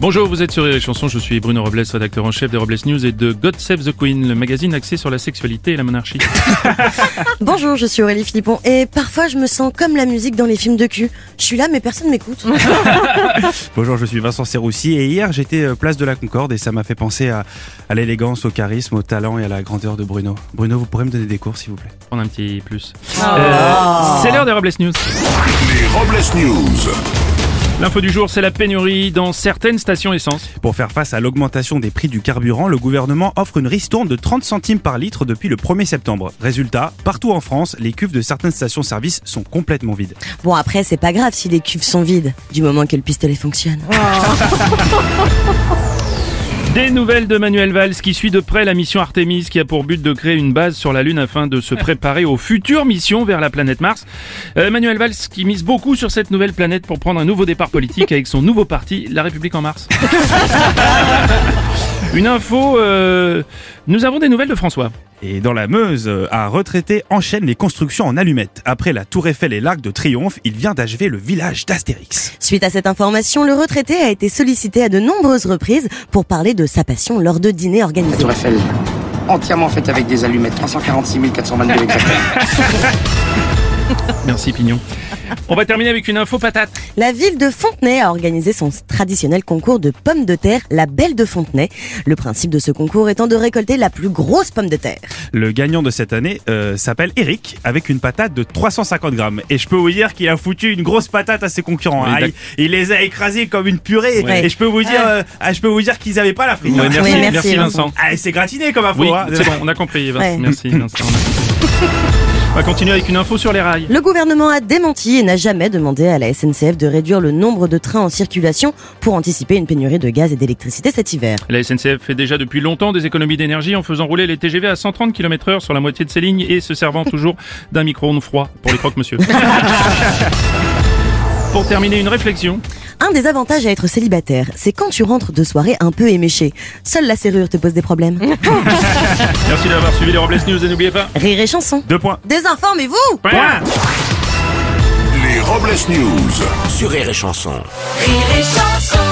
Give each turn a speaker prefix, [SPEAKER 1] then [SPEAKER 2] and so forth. [SPEAKER 1] Bonjour, vous êtes sur Rire et Chanson, je suis Bruno Robles, rédacteur en chef des Robles News et de God Save the Queen, le magazine axé sur la sexualité et la monarchie.
[SPEAKER 2] Bonjour, je suis Aurélie Philippon et parfois je me sens comme la musique dans les films de cul. Je suis là mais personne m'écoute.
[SPEAKER 3] Bonjour, je suis Vincent Serroussi et hier j'étais euh, place de la Concorde et ça m'a fait penser à, à l'élégance, au charisme, au talent et à la grandeur de Bruno. Bruno, vous pourrez me donner des cours s'il vous plaît
[SPEAKER 1] Prendre un petit plus. Euh, c'est l'heure des Robles News.
[SPEAKER 4] Les Robles News.
[SPEAKER 1] L'info du jour, c'est la pénurie dans certaines stations essence.
[SPEAKER 3] Pour faire face à l'augmentation des prix du carburant, le gouvernement offre une ristourne de 30 centimes par litre depuis le 1er septembre. Résultat, partout en France, les cuves de certaines stations-service sont complètement vides.
[SPEAKER 2] Bon après c'est pas grave si les cuves sont vides, du moment que le pistolet fonctionne.
[SPEAKER 1] Des nouvelles de Manuel Valls qui suit de près la mission Artemis qui a pour but de créer une base sur la Lune afin de se préparer aux futures missions vers la planète Mars. Euh, Manuel Valls qui mise beaucoup sur cette nouvelle planète pour prendre un nouveau départ politique avec son nouveau parti, La République en Mars. Une info, euh, nous avons des nouvelles de François.
[SPEAKER 3] Et dans la Meuse, euh, un retraité enchaîne les constructions en allumettes. Après la Tour Eiffel et l'Arc de Triomphe, il vient d'achever le village d'Astérix.
[SPEAKER 2] Suite à cette information, le retraité a été sollicité à de nombreuses reprises pour parler de sa passion lors de dîners
[SPEAKER 5] La
[SPEAKER 2] organisés.
[SPEAKER 5] Tour Eiffel, entièrement faite avec des allumettes, 346 422 exactement.
[SPEAKER 1] Merci Pignon. On va terminer avec une info patate.
[SPEAKER 2] La ville de Fontenay a organisé son traditionnel concours de pommes de terre, la Belle de Fontenay. Le principe de ce concours étant de récolter la plus grosse pomme de terre.
[SPEAKER 3] Le gagnant de cette année euh, s'appelle Eric, avec une patate de 350 grammes. Et je peux vous dire qu'il a foutu une grosse patate à ses concurrents.
[SPEAKER 1] Oui,
[SPEAKER 3] hein.
[SPEAKER 1] d'ac-
[SPEAKER 3] il, il les a écrasés comme une purée.
[SPEAKER 2] Ouais.
[SPEAKER 3] Et je peux vous dire, euh, ah, je peux vous dire qu'ils avaient pas la frite. hein.
[SPEAKER 2] merci, Oui, merci, merci, Vincent.
[SPEAKER 1] Vincent.
[SPEAKER 3] Ah, c'est gratiné comme info.
[SPEAKER 1] Oui,
[SPEAKER 3] hein.
[SPEAKER 1] c'est bon, on a compris Vincent.
[SPEAKER 2] Ouais.
[SPEAKER 1] Merci Vincent. On va continuer avec une info sur les rails.
[SPEAKER 2] Le gouvernement a démenti et n'a jamais demandé à la SNCF de réduire le nombre de trains en circulation pour anticiper une pénurie de gaz et d'électricité cet hiver.
[SPEAKER 1] La SNCF fait déjà depuis longtemps des économies d'énergie en faisant rouler les TGV à 130 km heure sur la moitié de ses lignes et se servant toujours d'un micro-ondes froid pour les croque-monsieur. pour terminer, une réflexion.
[SPEAKER 2] Un des avantages à être célibataire, c'est quand tu rentres de soirée un peu éméché. Seule la serrure te pose des problèmes.
[SPEAKER 1] Merci d'avoir suivi les Robles News et n'oubliez pas...
[SPEAKER 2] Rire et chanson.
[SPEAKER 3] Deux points.
[SPEAKER 2] Désinformez-vous
[SPEAKER 1] Point.
[SPEAKER 4] Les Robles News.
[SPEAKER 6] Sur Rire et Chanson.
[SPEAKER 7] Rire et chanson